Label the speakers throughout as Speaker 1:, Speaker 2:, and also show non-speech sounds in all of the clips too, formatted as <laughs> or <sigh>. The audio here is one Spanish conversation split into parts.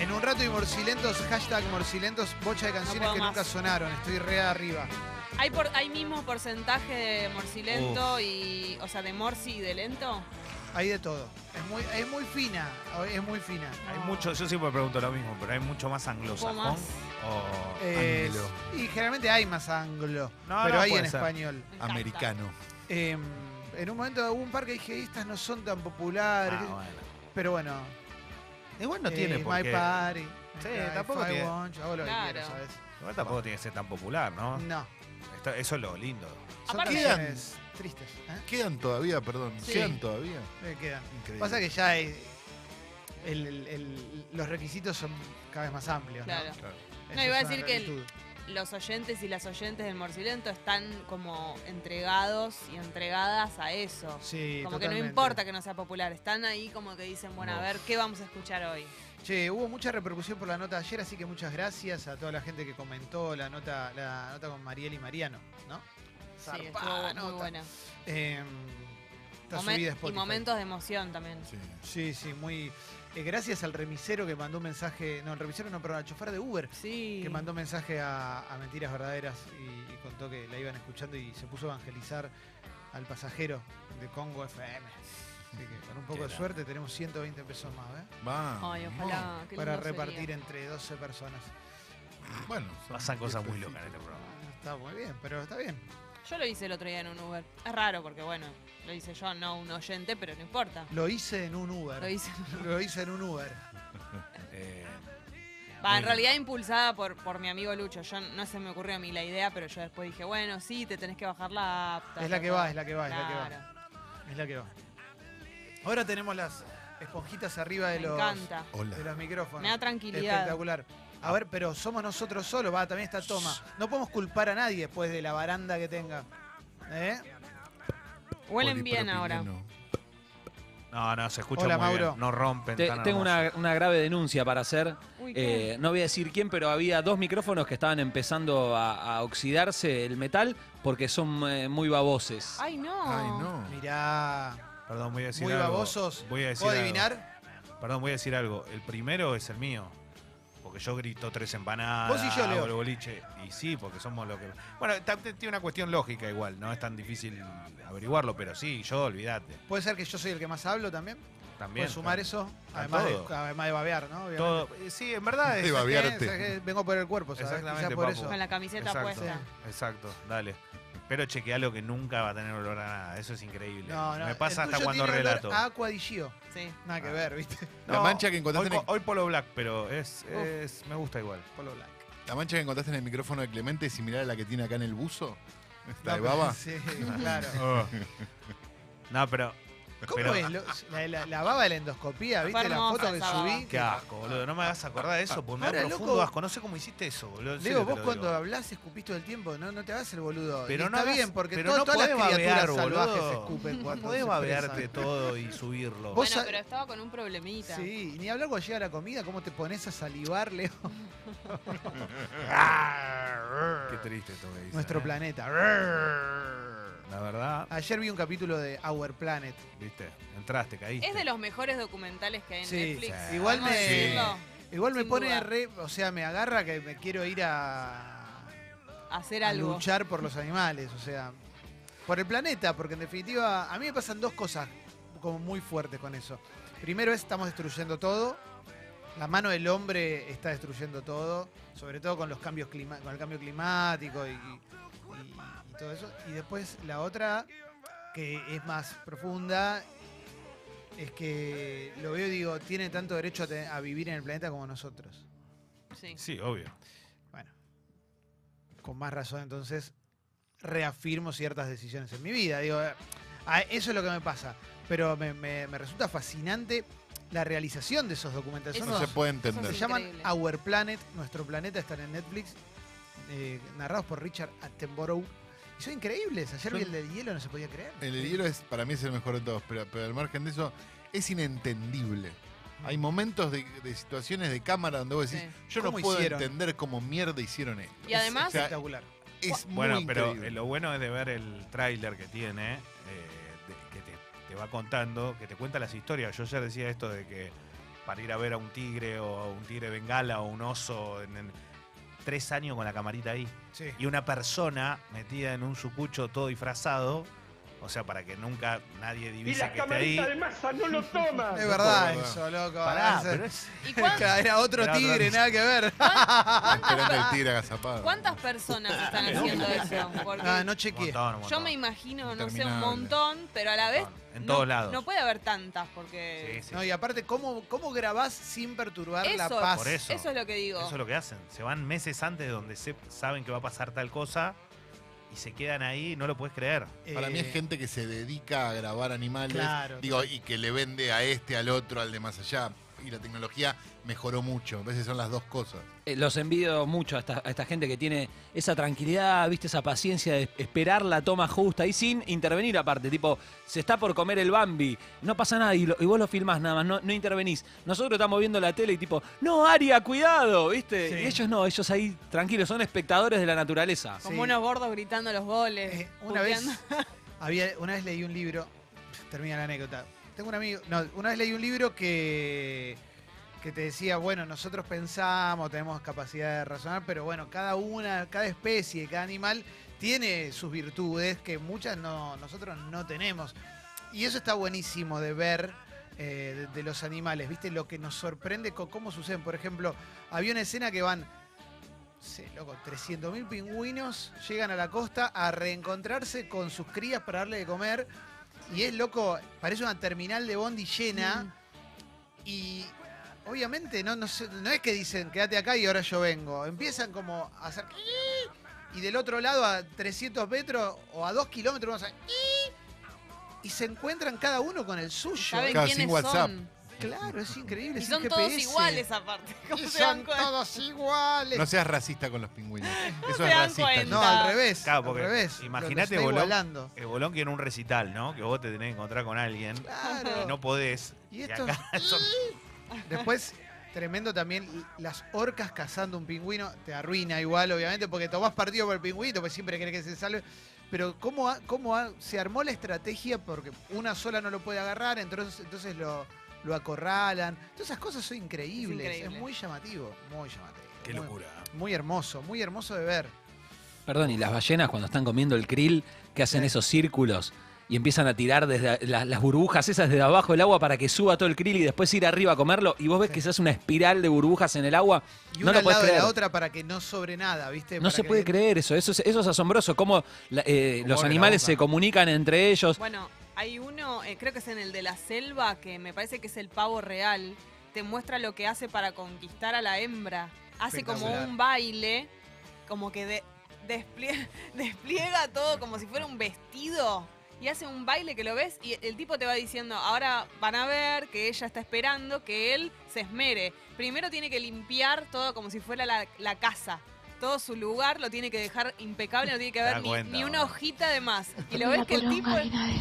Speaker 1: En un rato y Morcilentos, hashtag Morcilentos, bocha de canciones
Speaker 2: puedo
Speaker 1: que
Speaker 2: más.
Speaker 1: nunca sonaron. Estoy re arriba.
Speaker 2: ¿Hay, por, ¿Hay mismo porcentaje de morcilento y. O sea, de morsi y de lento?
Speaker 1: Hay de todo. Es muy, es muy fina. Es muy fina.
Speaker 3: Hay mucho, yo siempre pregunto lo mismo, pero hay mucho más anglosajón
Speaker 2: Un poco
Speaker 3: o Ah,
Speaker 1: Eh,
Speaker 4: Anglo.
Speaker 1: y generalmente hay más anglo,
Speaker 3: No,
Speaker 1: pero
Speaker 3: no,
Speaker 1: hay
Speaker 3: puede
Speaker 1: en
Speaker 3: ser.
Speaker 1: español.
Speaker 2: Me encanta.
Speaker 4: Americano.
Speaker 1: Eh, en un momento hubo un par que dije, estas no son tan populares.
Speaker 3: Ah, bueno.
Speaker 1: Pero bueno.
Speaker 4: Igual no
Speaker 1: eh,
Speaker 4: tiene por
Speaker 1: My
Speaker 4: qué.
Speaker 1: Party. eh,
Speaker 3: Sí,
Speaker 1: If
Speaker 3: tampoco
Speaker 1: I
Speaker 3: tiene-
Speaker 1: want you, hago lo que
Speaker 2: Claro.
Speaker 1: quiero, ¿sabes?
Speaker 3: Igual tampoco tiene que ser tan popular, ¿no?
Speaker 1: No.
Speaker 3: Esto- eso es lo lindo.
Speaker 1: Son
Speaker 2: Aparte-
Speaker 1: canciones tristes. ¿eh?
Speaker 4: Quedan todavía, perdón.
Speaker 2: Sí.
Speaker 4: Quedan todavía.
Speaker 1: Eh, quedan.
Speaker 4: Increíble.
Speaker 1: Pasa que ya eh, el- el- el- los requisitos son cada vez más amplios. ¿no?
Speaker 2: Claro.
Speaker 4: Claro.
Speaker 1: Eso
Speaker 2: iba a
Speaker 1: es una
Speaker 2: decir que el-
Speaker 1: virtud.
Speaker 2: Los oyentes y las oyentes del morcilento están como entregados y entregadas a eso.
Speaker 1: Sí,
Speaker 2: como que
Speaker 1: totalmente.
Speaker 2: no importa que no sea popular, están ahí como que dicen, bueno, a
Speaker 3: Uf.
Speaker 2: ver, ¿qué vamos a escuchar hoy?
Speaker 1: Che, hubo mucha repercusión por la nota ayer, así que muchas gracias a toda la gente que comentó la nota, la nota con Mariel y Mariano, ¿no?
Speaker 2: sí,
Speaker 1: Zarpada
Speaker 2: estuvo muy
Speaker 1: nota.
Speaker 2: buena.
Speaker 1: Eh, está
Speaker 2: Momen-
Speaker 1: subida a
Speaker 2: y
Speaker 1: Spotify.
Speaker 2: momentos de emoción también.
Speaker 4: Sí.
Speaker 1: Sí, sí, muy. eh, gracias al remisero que mandó un mensaje. No, el remisero no, perdón, al chofer de Uber.
Speaker 2: Sí.
Speaker 1: Que mandó mensaje a, a Mentiras Verdaderas y, y contó que la iban escuchando y se puso a evangelizar al pasajero de Congo FM. Así que con un
Speaker 3: Qué
Speaker 1: poco de
Speaker 3: grande.
Speaker 1: suerte tenemos 120 pesos más, ¿eh?
Speaker 4: Va.
Speaker 2: Ay, ojalá. Ah, qué
Speaker 1: Para
Speaker 2: lindo sería.
Speaker 1: repartir entre 12 personas.
Speaker 4: Bueno. son
Speaker 3: Pasan cosas muy
Speaker 4: diez
Speaker 3: locas en este programa.
Speaker 1: Ah, Está muy bien, pero está bien.
Speaker 2: Yo lo hice el otro día en un Uber. Es raro porque, bueno, lo hice yo, no un oyente, pero no importa.
Speaker 1: Lo hice en un Uber.
Speaker 2: Lo hice.
Speaker 1: Lo hice en un Uber.
Speaker 3: Eh,
Speaker 2: <laughs> Va, en realidad impulsada por, por mi amigo Lucho. Yo no se me ocurrió a mí la idea, pero yo después dije, bueno, sí, te tenés que bajar la app. ta,
Speaker 1: Es la
Speaker 2: ta,
Speaker 1: que
Speaker 2: ta.
Speaker 1: va, es la que va, es la que va.
Speaker 2: Claro,
Speaker 1: Es la que va. Ahora tenemos las esponjitas arriba de
Speaker 2: me
Speaker 1: los,
Speaker 2: encanta.
Speaker 4: Hola.
Speaker 1: de los micrófonos.
Speaker 2: Me da tranquilidad. Ah.
Speaker 1: Espectacular. A ver, pero somos nosotros solos, va, también está Toma. No podemos culpar a nadie después de la baranda que tenga. ¿Eh?
Speaker 2: Huelen bien ahora.
Speaker 4: Polipropileno.
Speaker 3: no, no, se escucha
Speaker 1: Hola,
Speaker 3: muy bien,
Speaker 1: Mauro.
Speaker 3: No rompen.
Speaker 5: Te-
Speaker 3: tan
Speaker 5: tengo una, una grave denuncia para hacer.
Speaker 2: Uy, ¿qué?
Speaker 5: Eh, no voy a decir quién, pero había dos micrófonos que estaban empezando a, a oxidarse el metal porque son eh, muy baboces.
Speaker 2: Ay, no.
Speaker 4: Ay, no.
Speaker 1: Mirá.
Speaker 3: hermoso. Perdón, voy a decir
Speaker 1: Muy
Speaker 3: algo.
Speaker 1: babosos.
Speaker 3: Voy a decir
Speaker 1: ¿Puedo
Speaker 3: algo.
Speaker 1: adivinar?
Speaker 3: Perdón, voy a decir algo. El primero es el mío. Porque yo grito tres empanadas.
Speaker 1: Vos y yo, Leo.
Speaker 3: hago el boliche. Y sí, porque somos lo que. Bueno, ta- t- tiene una cuestión lógica igual. No es tan difícil averiguarlo, pero sí, yo, olvídate.
Speaker 1: ¿Puede ser que yo soy el que más hablo también?
Speaker 3: También.
Speaker 1: ¿Puedo sumar eso?
Speaker 3: A
Speaker 1: Además
Speaker 3: todo.
Speaker 1: de, además de babear, ¿no? Obviamente. Ah,
Speaker 3: Todo. eh, Sí, en <laughs> verdad es.
Speaker 4: Sí, va. babearte.
Speaker 1: ¿Sabés qué? Vengo por el cuerpo, ¿sabes?
Speaker 3: Exactamente,
Speaker 1: Quizá por
Speaker 3: papu.
Speaker 1: eso.
Speaker 2: Con la camiseta
Speaker 3: Exacto.
Speaker 2: puesta.
Speaker 3: Exacto, dale. Pero chequealo que nunca va a tener olor a nada. Eso es increíble.
Speaker 1: No, no.
Speaker 3: Me
Speaker 1: el
Speaker 3: pasa hasta
Speaker 1: tuyo
Speaker 3: cuando
Speaker 1: tiene olor
Speaker 3: relato.
Speaker 1: A Aqua di Gio.
Speaker 2: Sí.
Speaker 1: Nada que
Speaker 3: Ah.
Speaker 1: ver, ¿viste? <laughs>
Speaker 4: La mancha que encontraste
Speaker 3: hoy,
Speaker 4: en el-
Speaker 3: po- hoy Polo Black, pero es, es- me gusta igual.
Speaker 1: Polo Black.
Speaker 4: La mancha que encontraste en el micrófono de Clemente es similar a la que tiene acá en el buzo. ¿Está
Speaker 1: No,
Speaker 4: de
Speaker 1: pero- Ah.
Speaker 4: baba? <laughs>
Speaker 1: Sí,
Speaker 3: <laughs>
Speaker 1: claro.
Speaker 3: no, pero.
Speaker 1: ¿Cómo
Speaker 3: pero-
Speaker 1: es? Lo- la, la- la baba de la endoscopía, ¿viste? La
Speaker 2: hermosa
Speaker 1: foto que
Speaker 2: esa baba.
Speaker 1: subí.
Speaker 3: Qué asco, boludo. No me hagas acordar de eso porque me
Speaker 1: Ahora,
Speaker 3: da
Speaker 1: loco,
Speaker 3: profundo asco. No sé cómo hiciste eso, boludo.
Speaker 1: Digo,
Speaker 3: en serio te
Speaker 1: vos
Speaker 3: lo
Speaker 1: cuando
Speaker 3: digo.
Speaker 1: hablás escupís todo el tiempo, no, no te hagas el boludo.
Speaker 3: Pero
Speaker 1: Y
Speaker 3: no
Speaker 1: está
Speaker 3: hagas-
Speaker 1: bien, porque
Speaker 3: pero
Speaker 1: todo-
Speaker 3: no
Speaker 1: todas las
Speaker 3: podés
Speaker 1: criaturas
Speaker 3: babear,
Speaker 1: salvajes
Speaker 3: boludo.
Speaker 1: escupen
Speaker 3: No
Speaker 1: cuando
Speaker 3: podés
Speaker 1: se
Speaker 3: babearte
Speaker 1: expresan.
Speaker 3: todo y
Speaker 1: Vos
Speaker 3: subirlo.
Speaker 2: Bueno,
Speaker 1: sab-
Speaker 2: pero estaba con un problemita.
Speaker 1: Sí, y ni hablar cuando llega la comida, cómo te pones a salivar, Leo.
Speaker 3: Qué triste esto que dices,
Speaker 1: Nuestro
Speaker 3: eh.
Speaker 1: planeta.
Speaker 3: La verdad,
Speaker 1: Ayer vi un capítulo de Our Planet.
Speaker 3: viste, entraste, caíste.
Speaker 2: Es de los mejores documentales que hay en
Speaker 1: Sí,
Speaker 2: Netflix.
Speaker 3: sí.
Speaker 1: Igual
Speaker 2: ¿podemos
Speaker 1: me-
Speaker 2: decirlo?
Speaker 1: Igual me
Speaker 2: Sin
Speaker 1: pone
Speaker 2: duda.
Speaker 1: re, o sea, me agarra que me quiero ir a,
Speaker 2: Hacer
Speaker 1: a
Speaker 2: algo.
Speaker 1: luchar por los animales, o sea, por el planeta, porque en definitiva a mí me pasan dos cosas como muy fuertes con eso. Primero es estamos destruyendo todo, la mano del hombre está destruyendo todo, sobre todo con los cambios clima- con el cambio climático y, y- y todo eso. Y después la otra que es más profunda es que lo veo y digo tiene tanto derecho a te- a vivir en el planeta como nosotros.
Speaker 2: Sí.
Speaker 3: Sí, obvio.
Speaker 1: Bueno, con más razón entonces reafirmo ciertas decisiones en mi vida. Digo, eh, a- eso es lo que me pasa. Pero me, me- me resulta fascinante la realización de esos documentales. Son
Speaker 2: Eso
Speaker 4: No se
Speaker 1: unos-
Speaker 4: puede
Speaker 1: se
Speaker 4: entender.
Speaker 2: Eso sí.
Speaker 1: llaman
Speaker 2: Increíble.
Speaker 1: Our Planet, Nuestro Planeta, están en Netflix, eh, narrados por Richard Attenborough. Y son increíbles. Ayer vi el del hielo, no se podía creer.
Speaker 4: El hielo es, para mí es el mejor de todos, pero, pero al margen de eso, es inentendible. Hay momentos de, de situaciones de cámara donde vos decís, yo no
Speaker 1: Mm. ¿Cómo
Speaker 4: puedo
Speaker 1: hicieron?
Speaker 4: entender cómo mierda hicieron esto.
Speaker 2: Y además,
Speaker 4: o sea,
Speaker 1: Espectacular.
Speaker 4: Es muy
Speaker 3: Bueno, pero
Speaker 4: increíble.
Speaker 3: eh, lo bueno es de ver el tráiler que tiene, eh, de- que te, te va contando, que te cuenta las historias. Yo ya decía esto de que para ir a ver a un tigre o a un tigre bengala o un oso. en- en- tres años con la camarita ahí.
Speaker 1: Sí.
Speaker 3: Y una persona metida en un sucucho todo disfrazado. O sea, para que nunca nadie
Speaker 6: Y
Speaker 3: divise
Speaker 6: la
Speaker 3: que esté ahí.
Speaker 6: camarita de masa no lo toma.
Speaker 1: Es verdad
Speaker 4: puedo,
Speaker 1: eso, loco.
Speaker 3: Pará,
Speaker 1: Ese-
Speaker 3: pero es-
Speaker 2: ¿Y cuán-
Speaker 1: <laughs> Era otro
Speaker 3: Era otro
Speaker 1: tigre,
Speaker 3: tigre.
Speaker 1: nada que ver.
Speaker 4: Esperando el tigre agazapado.
Speaker 2: cuántas personas están haciendo eso? Porque
Speaker 1: Ah, <laughs> no
Speaker 3: un
Speaker 1: chequeé.
Speaker 3: montón, un
Speaker 2: yo
Speaker 3: montón.
Speaker 2: me imagino, no sé, un
Speaker 4: Interminable.
Speaker 2: montón, pero a la vez.
Speaker 3: En
Speaker 2: no-
Speaker 3: todos lados.
Speaker 2: No puede haber tantas porque.
Speaker 3: Sí, sí.
Speaker 1: No, y aparte, ¿cómo, cómo grabás sin perturbar la
Speaker 2: Eso,
Speaker 1: paz?
Speaker 3: Por eso.
Speaker 2: eso es lo que digo.
Speaker 3: Eso es lo que hacen. Se van meses antes donde se- saben que va a pasar tal cosa y se quedan ahí y no lo puedes creer.
Speaker 4: Para mí
Speaker 1: Eh,
Speaker 4: es gente que se dedica a grabar animales.
Speaker 1: Claro.
Speaker 4: Digo, y que le vende a este, al otro, al de más allá. Y la tecnología mejoró mucho. A veces son las dos cosas.
Speaker 5: Eh, Los envidio mucho a esta, a esta gente que tiene esa tranquilidad, viste, esa paciencia de esperar la toma justa y sin intervenir aparte. Tipo, se está por comer el Bambi, no pasa nada y, lo- y vos lo filmás nada más, no, no intervenís. Nosotros estamos viendo la tele y tipo, no, Aria, cuidado, viste.
Speaker 1: Sí.
Speaker 5: Y ellos no, ellos ahí tranquilos, son espectadores de la naturaleza.
Speaker 2: Como
Speaker 1: Sí.
Speaker 2: unos gordos gritando los goles.
Speaker 1: Eh, una vez
Speaker 2: puteando. <laughs>
Speaker 1: había una vez leí un libro termina la anécdota tengo un amigo no una vez leí un libro que que te decía bueno nosotros pensamos tenemos capacidad de razonar pero bueno cada una cada especie cada animal tiene sus virtudes que muchas no nosotros no tenemos y eso está buenísimo de ver eh, de, de los animales viste lo que nos sorprende con cómo suceden por ejemplo había una escena que van Sí, loco, 300.000 pingüinos llegan a la costa a reencontrarse con sus crías para darle de comer. Y es loco, parece una terminal de bondi llena. Y obviamente no, no, sé- no es que dicen quédate acá y ahora yo vengo. Empiezan como a hacer. Y del otro lado, a 300 metros o a 2 kilómetros, vamos a. Y se encuentran cada uno con el suyo.
Speaker 2: ¿Saben
Speaker 4: Claro, sin
Speaker 2: quiénes
Speaker 4: WhatsApp.
Speaker 2: son?
Speaker 1: Claro, es increíble.
Speaker 2: Y
Speaker 1: sin
Speaker 2: son todos
Speaker 1: GPS.
Speaker 2: iguales aparte. <laughs> ¿Cómo
Speaker 1: Y
Speaker 2: se dan
Speaker 1: son
Speaker 2: cuenta?
Speaker 1: todos iguales.
Speaker 4: No seas racista con los
Speaker 2: <laughs>
Speaker 4: pingüinos. Eso
Speaker 2: se dan
Speaker 4: es racista.
Speaker 2: cuenta?
Speaker 1: No, al revés.
Speaker 3: Claro,
Speaker 1: al
Speaker 3: porque
Speaker 1: revés.
Speaker 3: imagínate
Speaker 1: Lo- lo está
Speaker 3: Bolón.
Speaker 1: igualando.
Speaker 3: El bolón que en un recital, ¿no? Que vos te tenés que encontrar con alguien.
Speaker 1: Claro.
Speaker 3: Y no podés.
Speaker 1: Y esto-
Speaker 3: acá
Speaker 5: <laughs>
Speaker 3: son-
Speaker 1: Después, tremendo también las orcas cazando un pingüino. Te arruina igual, obviamente, porque tomás partido por el pingüino, pues siempre querés que se salve. Pero cómo, ha- cómo ha- se armó la estrategia porque una sola no lo puede agarrar, entonces, entonces lo, lo acorralan. Todas esas cosas son increíbles. Es,
Speaker 2: increíble.
Speaker 1: muy llamativo, muy llamativo.
Speaker 3: Qué
Speaker 1: muy-
Speaker 3: locura.
Speaker 1: muy hermoso, muy hermoso de ver.
Speaker 5: Perdón, y las ballenas cuando están comiendo el krill, que hacen
Speaker 1: Sí.
Speaker 5: esos círculos y empiezan a tirar desde a- la- las burbujas esas desde abajo del agua para que suba todo el krill y después ir arriba a comerlo. Y vos ves
Speaker 1: Sí.
Speaker 5: que se hace una espiral de burbujas en el agua.
Speaker 1: Y
Speaker 5: No
Speaker 1: una
Speaker 5: lo
Speaker 1: al
Speaker 5: podés
Speaker 1: lado de la
Speaker 5: creer.
Speaker 1: otra para que no sobre nada, ¿viste?
Speaker 5: No
Speaker 1: Para
Speaker 5: se
Speaker 1: que
Speaker 5: puede
Speaker 1: le-
Speaker 5: creer eso. Eso es, eso es asombroso. Cómo la- eh,
Speaker 4: Cómo
Speaker 5: los
Speaker 4: abre la
Speaker 5: animales
Speaker 4: boca.
Speaker 5: se comunican entre ellos.
Speaker 2: Bueno, hay uno, eh, creo que es en el de la selva, que me parece que es el pavo real. Te muestra lo que hace para conquistar a la hembra. Hace como
Speaker 1: Espectacular.
Speaker 2: un baile, como que de- desplie- <laughs> despliega todo como si fuera un vestido. Y hace un baile que lo ves y el tipo te va diciendo, ahora van a ver que ella está esperando que él se esmere. Primero tiene que limpiar todo como si fuera la, la casa. Todo su lugar lo tiene que dejar impecable, no tiene que
Speaker 3: da
Speaker 2: haber ni,
Speaker 3: cuenta,
Speaker 2: ni una
Speaker 3: boludo.
Speaker 2: hojita de más. Y lo ves que el tipo...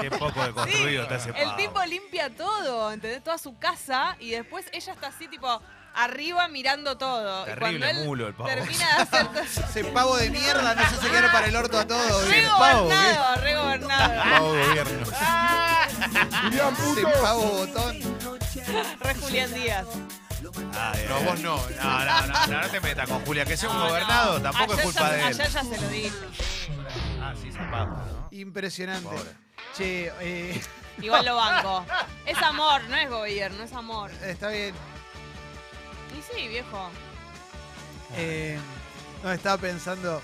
Speaker 3: Qué poco de construido te hace
Speaker 2: El tipo limpia todo, ¿entendés? Toda su casa y después ella está así, tipo, arriba mirando todo. y cuando
Speaker 3: Terrible
Speaker 2: él
Speaker 3: mulo el pavo.
Speaker 2: termina de hacer
Speaker 3: <laughs>
Speaker 2: todo.
Speaker 1: Ese pavo de mierda no se hace quedar para el orto a todos. ¿viste? Pavo, ¿viste?
Speaker 2: Regobernado,
Speaker 3: <laughs>
Speaker 2: regobernado. <laughs>
Speaker 4: Pavo gobierno.
Speaker 2: Ah.
Speaker 6: Julián,
Speaker 1: Ese
Speaker 6: puto.
Speaker 1: pavo botón.
Speaker 2: Re Julián Díaz.
Speaker 3: Ay,
Speaker 4: No,
Speaker 3: ay,
Speaker 4: vos
Speaker 3: ay.
Speaker 4: no.
Speaker 3: No, no, no, no, no te metas con Julia. Que sea un
Speaker 2: No, no.
Speaker 3: gobernado tampoco
Speaker 2: Ayer
Speaker 3: es culpa
Speaker 2: ya-
Speaker 3: de él.
Speaker 2: Ayer ya se lo dije.
Speaker 3: Ah, sí, zapado, ¿no?
Speaker 1: Impresionante.
Speaker 3: Pobre.
Speaker 1: Che, eh,
Speaker 2: Igual lo banco. Es amor, no es gobierno, es amor.
Speaker 1: está bien.
Speaker 2: Y sí, viejo.
Speaker 1: Eh, no, estaba pensando.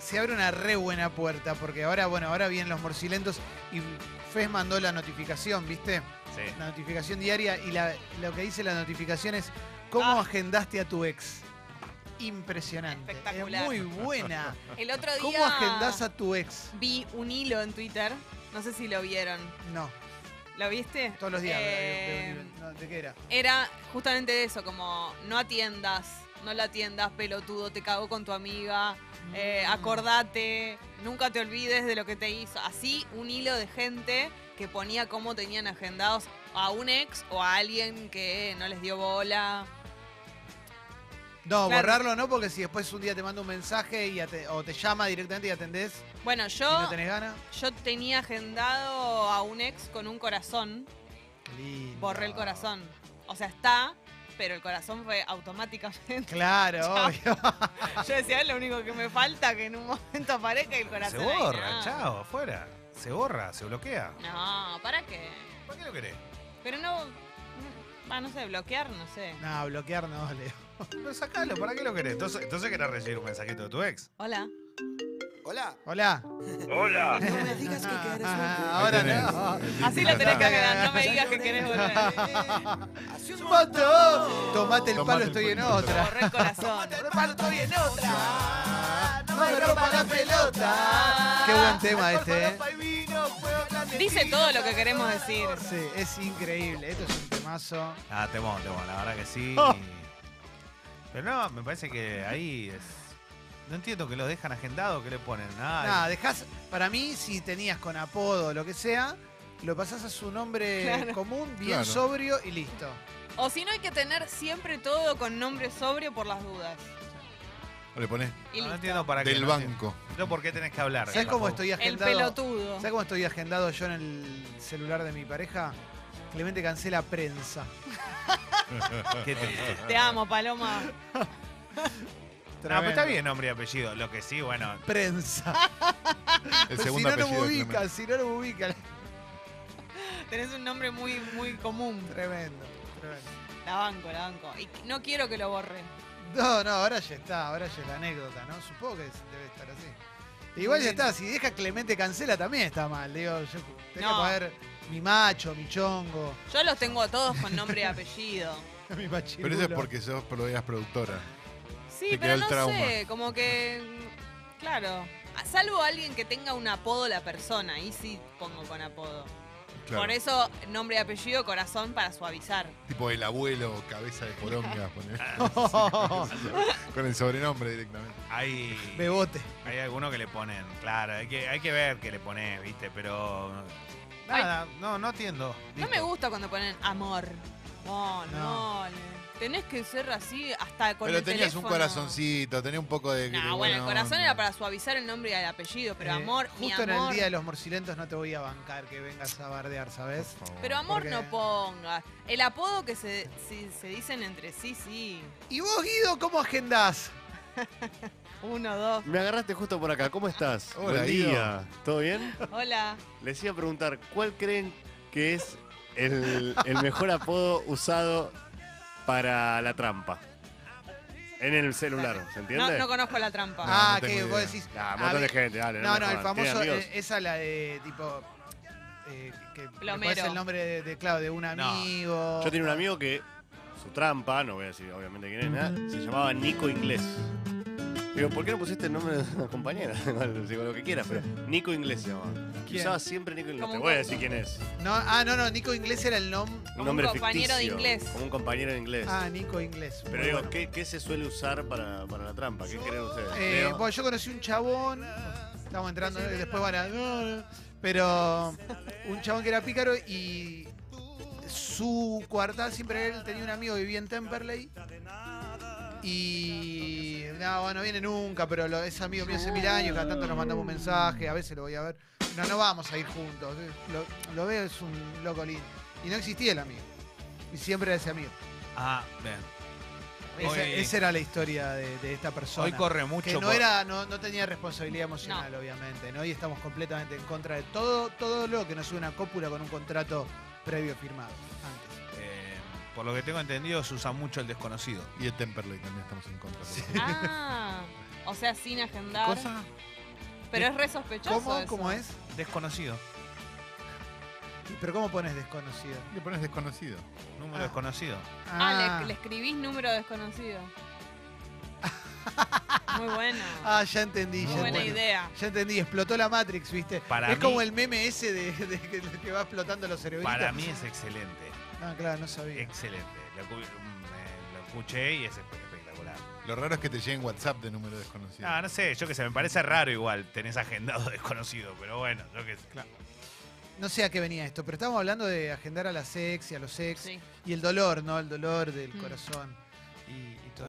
Speaker 1: Se abre una re buena puerta porque ahora, bueno, ahora vienen los morcilentos y Fez mandó la notificación, ¿viste?
Speaker 3: Sí.
Speaker 1: La notificación diaria y la- lo que dice la notificación es ¿Cómo
Speaker 2: Ah.
Speaker 1: agendaste a tu ex? Impresionante. Es
Speaker 2: Espectacular.
Speaker 1: muy buena.
Speaker 2: El otro día
Speaker 1: ¿Cómo agendás a tu ex?
Speaker 2: vi un hilo en Twitter. No sé si lo vieron.
Speaker 1: No,
Speaker 2: ¿Lo viste?
Speaker 1: todos los días. de-
Speaker 2: Eh,
Speaker 1: de- de- no, ¿De qué era?
Speaker 2: era justamente eso, como no atiendas, no la atiendas, pelotudo, te cagó con tu amiga,
Speaker 1: Mm.
Speaker 2: eh, acordate, nunca te olvides de lo que te hizo. Así un hilo de gente que ponía cómo tenían agendados a un ex o a alguien que no les dio bola.
Speaker 1: No,
Speaker 2: Claro.
Speaker 1: borrarlo no, porque si después un día te manda un mensaje y ate- o te llama directamente y atendés
Speaker 2: Bueno, yo,
Speaker 1: y no tenés ganas.
Speaker 2: yo
Speaker 1: Ah.
Speaker 2: tenía agendado a un ex con un corazón, borré el corazón. O sea, está, pero el corazón fue automáticamente.
Speaker 1: Claro,
Speaker 2: Chao.
Speaker 1: obvio. <laughs>
Speaker 2: Yo decía, es lo único que me falta que en un momento aparezca y el
Speaker 3: Se
Speaker 2: corazón. ahí, ah".
Speaker 3: borra,
Speaker 2: no.
Speaker 3: chao, afuera. Se borra, se bloquea.
Speaker 2: No, ¿para qué?
Speaker 3: ¿Para qué lo querés?
Speaker 2: Pero no. Ah, no sé, bloquear, no sé.
Speaker 1: No, bloquear no, Leo.
Speaker 3: No, sacalo, ¿para qué lo querés? Entonces, entonces querés recibir un mensajito de tu ex.
Speaker 2: Hola.
Speaker 7: Hola.
Speaker 1: Hola.
Speaker 7: No me digas que querés
Speaker 1: Ah,
Speaker 4: Ahí
Speaker 1: ahora
Speaker 4: tenés.
Speaker 1: no.
Speaker 2: Así lo tenés que agregar, no me digas que querés volver.
Speaker 7: volver. Hace un
Speaker 1: ¡Mató! Tomate el
Speaker 4: Tomate
Speaker 1: palo,
Speaker 4: el
Speaker 1: estoy en
Speaker 4: palo.
Speaker 1: otra.
Speaker 2: Borré el corazón.
Speaker 7: estoy en otra. No
Speaker 1: me rompa la pelota. Qué buen tema este, eh.
Speaker 2: Dice todo lo que queremos decir.
Speaker 1: Sí, es increíble. Esto es un temazo.
Speaker 3: Ah, temón, temón, la verdad
Speaker 1: <laughs>
Speaker 3: que sí.
Speaker 1: Oh.
Speaker 3: Pero no, me parece que ahí es. No entiendo que lo dejan agendado, que le ponen. Ay,
Speaker 1: Nada, dejás. Para mí, si tenías con apodo o lo que sea, lo pasás a su nombre
Speaker 2: Claro.
Speaker 1: común, bien
Speaker 4: Claro.
Speaker 1: sobrio y listo.
Speaker 2: O si no, hay que tener siempre todo con nombre sobrio por las dudas.
Speaker 4: O le pones
Speaker 2: Y
Speaker 3: no,
Speaker 2: listo.
Speaker 3: entiendo para qué.
Speaker 4: del
Speaker 3: no
Speaker 4: banco.
Speaker 3: entiendo. No, ¿por qué tenés que hablar?
Speaker 1: ¿Sabes cómo
Speaker 3: tampoco.
Speaker 1: estoy
Speaker 2: El
Speaker 1: agendado?
Speaker 2: pelotudo.
Speaker 1: ¿Sabes cómo estoy agendado yo en el celular de mi pareja? Clemente cancela prensa.
Speaker 3: Qué triste.
Speaker 2: Te amo, Paloma.
Speaker 4: Ah,
Speaker 3: No,
Speaker 4: pues
Speaker 3: pero está
Speaker 1: Tremendo.
Speaker 3: bien nombre y apellido. Lo que sí, bueno,
Speaker 1: Prensa.
Speaker 4: El
Speaker 1: Pero si
Speaker 4: segundo
Speaker 1: no, no me
Speaker 4: apellido.
Speaker 1: ubica,
Speaker 4: Clemente.
Speaker 1: si no, no me ubica. <laughs>
Speaker 2: Tenés un nombre muy, muy común.
Speaker 1: Tremendo, tremendo.
Speaker 2: La banco, la banco. Y no quiero que lo borre.
Speaker 1: No, no, ahora ya está, ahora ya es la anécdota, ¿no? Supongo que debe estar así. Igual ya está, si deja Clemente Cancela también está mal, digo, yo tengo
Speaker 2: No.
Speaker 1: que poner mi macho, mi chongo, <laughs>
Speaker 2: Yo los tengo a todos con nombre y apellido.
Speaker 1: mi machirulo.
Speaker 4: Pero eso es porque sos pero eras productora.
Speaker 2: Sí,
Speaker 4: Te quedó
Speaker 2: pero
Speaker 4: el
Speaker 2: no
Speaker 4: trauma.
Speaker 2: sé, como que. Claro. A- Salvo alguien que tenga un apodo la persona, ahí sí pongo con apodo.
Speaker 4: Claro.
Speaker 2: Por eso, nombre y apellido, corazón para suavizar.
Speaker 4: Tipo el abuelo, cabeza de poronga.
Speaker 1: <laughs>
Speaker 4: poner. <laughs> Con el sobrenombre directamente.
Speaker 3: hay.
Speaker 1: Bebote.
Speaker 3: Hay algunos que le ponen, claro, hay que, hay que ver qué le pones, viste, pero. Nada, no, no atiendo.
Speaker 2: No me gusta cuando ponen amor. No,
Speaker 1: No.
Speaker 2: no. le- Tenés que ser así hasta con
Speaker 4: Pero
Speaker 2: el
Speaker 4: tenías un
Speaker 2: teléfono.
Speaker 4: corazoncito, tenía un poco de. de
Speaker 2: No, bueno, el
Speaker 4: buena
Speaker 2: corazón
Speaker 4: onda.
Speaker 2: era para suavizar el nombre y el apellido, pero
Speaker 1: Eh,
Speaker 2: amor, mi
Speaker 1: Justo en el
Speaker 2: amor.
Speaker 1: día de los morcilentos no te voy a bancar que vengas a bardear, ¿sabes?
Speaker 4: Por favor.
Speaker 2: Pero amor
Speaker 1: Porque-
Speaker 2: no pongas. El apodo que se, si- se dicen entre sí, sí.
Speaker 1: ¿Y vos, Guido, cómo agendás?
Speaker 2: Uno, dos.
Speaker 8: Me agarraste justo por acá. ¿Cómo estás?
Speaker 4: Hola,
Speaker 8: Buen
Speaker 4: Guido.
Speaker 8: día. ¿Todo bien?
Speaker 2: Hola.
Speaker 8: Les iba a preguntar, ¿cuál creen que es el, el mejor apodo usado para la trampa? En el celular,
Speaker 2: No,
Speaker 8: ¿se entiende?
Speaker 2: no conozco la trampa.
Speaker 4: Ah,
Speaker 1: ah,
Speaker 4: no tengo
Speaker 1: que vos
Speaker 4: idea.
Speaker 1: decís...
Speaker 8: Ah, un
Speaker 1: a
Speaker 8: montón de
Speaker 1: ver,
Speaker 8: gente, dale.
Speaker 1: No,
Speaker 8: me
Speaker 1: no, el
Speaker 8: jodan. ¿Tienen
Speaker 1: famoso,
Speaker 8: amigos?
Speaker 1: eh, esa la de tipo... Eh, que, ¿Cuál es
Speaker 2: Plomero.
Speaker 1: el nombre de, de, claro, de un amigo?
Speaker 8: Yo tenía un amigo que su trampa, no voy a decir obviamente quién es, nada, se llamaba Nico Inglés. Digo, ¿por qué no pusiste el nombre de una compañera? <laughs> Igual, Digo, lo que quieras, pero Nico Inglés se llamaba.
Speaker 1: ¿Quién?
Speaker 8: Usaba siempre Nico Inglés. No
Speaker 2: Como
Speaker 8: te
Speaker 2: un
Speaker 8: voy a
Speaker 2: corto.
Speaker 8: decir quién es.
Speaker 1: No, ah, no, no, Nico Inglés era el nombre...
Speaker 2: Como
Speaker 8: Un
Speaker 2: un
Speaker 8: nombre
Speaker 2: compañero de
Speaker 8: ficticio,
Speaker 2: inglés.
Speaker 8: Como un compañero de inglés.
Speaker 1: Ah, Nico Inglés.
Speaker 8: pero
Speaker 1: muy
Speaker 8: digo,
Speaker 1: bueno.
Speaker 8: ¿qué, qué se suele usar para, para la trampa? ¿Qué creen ustedes?
Speaker 1: Eh,
Speaker 8: Leo.
Speaker 1: bueno, yo conocí un chabón. Estamos entrando, eh, después van a. no, no, Pero un chabón que era pícaro y su cuartada siempre él tenía un amigo que vivía en Temperley. Y. No, no viene nunca, pero lo- es amigo mío hace mil años, cada tanto nos mandamos un mensaje, a veces lo voy a ver. No, no vamos a ir juntos. eh, Lo, lo veo, es un loco lindo. Y no existía el amigo. Y siempre era ese amigo.
Speaker 3: Ah, bien.
Speaker 1: Esa,
Speaker 3: Hoy-
Speaker 1: esa era la historia de, de esta persona.
Speaker 3: Hoy corre mucho.
Speaker 1: Que no,
Speaker 3: por-
Speaker 1: era, no, no tenía responsabilidad emocional, obviamente, ¿no? Y estamos completamente en contra de todo, todo lo que no sea una cópula con un contrato previo firmado antes.
Speaker 3: eh, por lo que tengo entendido, se usa mucho el desconocido.
Speaker 4: Y el Temperley también estamos en contra. por favor.
Speaker 2: Ah, o sea, sin agendar.
Speaker 4: ¿Cosa?
Speaker 2: Pero es re sospechoso.
Speaker 1: ¿Cómo,
Speaker 2: eso.
Speaker 1: ¿Cómo es?
Speaker 3: Desconocido.
Speaker 1: Y- ¿Pero cómo pones desconocido?
Speaker 4: Le pones desconocido.
Speaker 3: Número
Speaker 1: Ah.
Speaker 3: desconocido.
Speaker 2: Ah, le, le escribís número
Speaker 1: <laughs>
Speaker 2: desconocido. Muy bueno.
Speaker 1: Ah, ya entendí,
Speaker 2: Muy
Speaker 1: ya
Speaker 2: buena
Speaker 1: entendí.
Speaker 2: idea.
Speaker 1: Ya entendí, explotó la Matrix, ¿viste?
Speaker 3: Para
Speaker 1: es
Speaker 3: mí-
Speaker 1: como el meme ese de, de que, que va explotando los cerebritos.
Speaker 3: Para mí Eh. es excelente.
Speaker 1: Ah, claro, no sabía.
Speaker 3: Excelente. Lo, cu- mm, eh, lo escuché y es espectacular. Ah,
Speaker 4: Lo raro es que te lleguen WhatsApp de número desconocido.
Speaker 3: No, no sé, yo que sé, me parece raro igual, tenés agendado <laughs> desconocido, pero bueno, yo que sé.
Speaker 1: No sé a qué venía esto, pero estábamos hablando de agendar a las ex y a los ex.
Speaker 2: Sí.
Speaker 1: Y el dolor, ¿no? El dolor del
Speaker 2: Mm.
Speaker 1: corazón.
Speaker 3: Y- y todo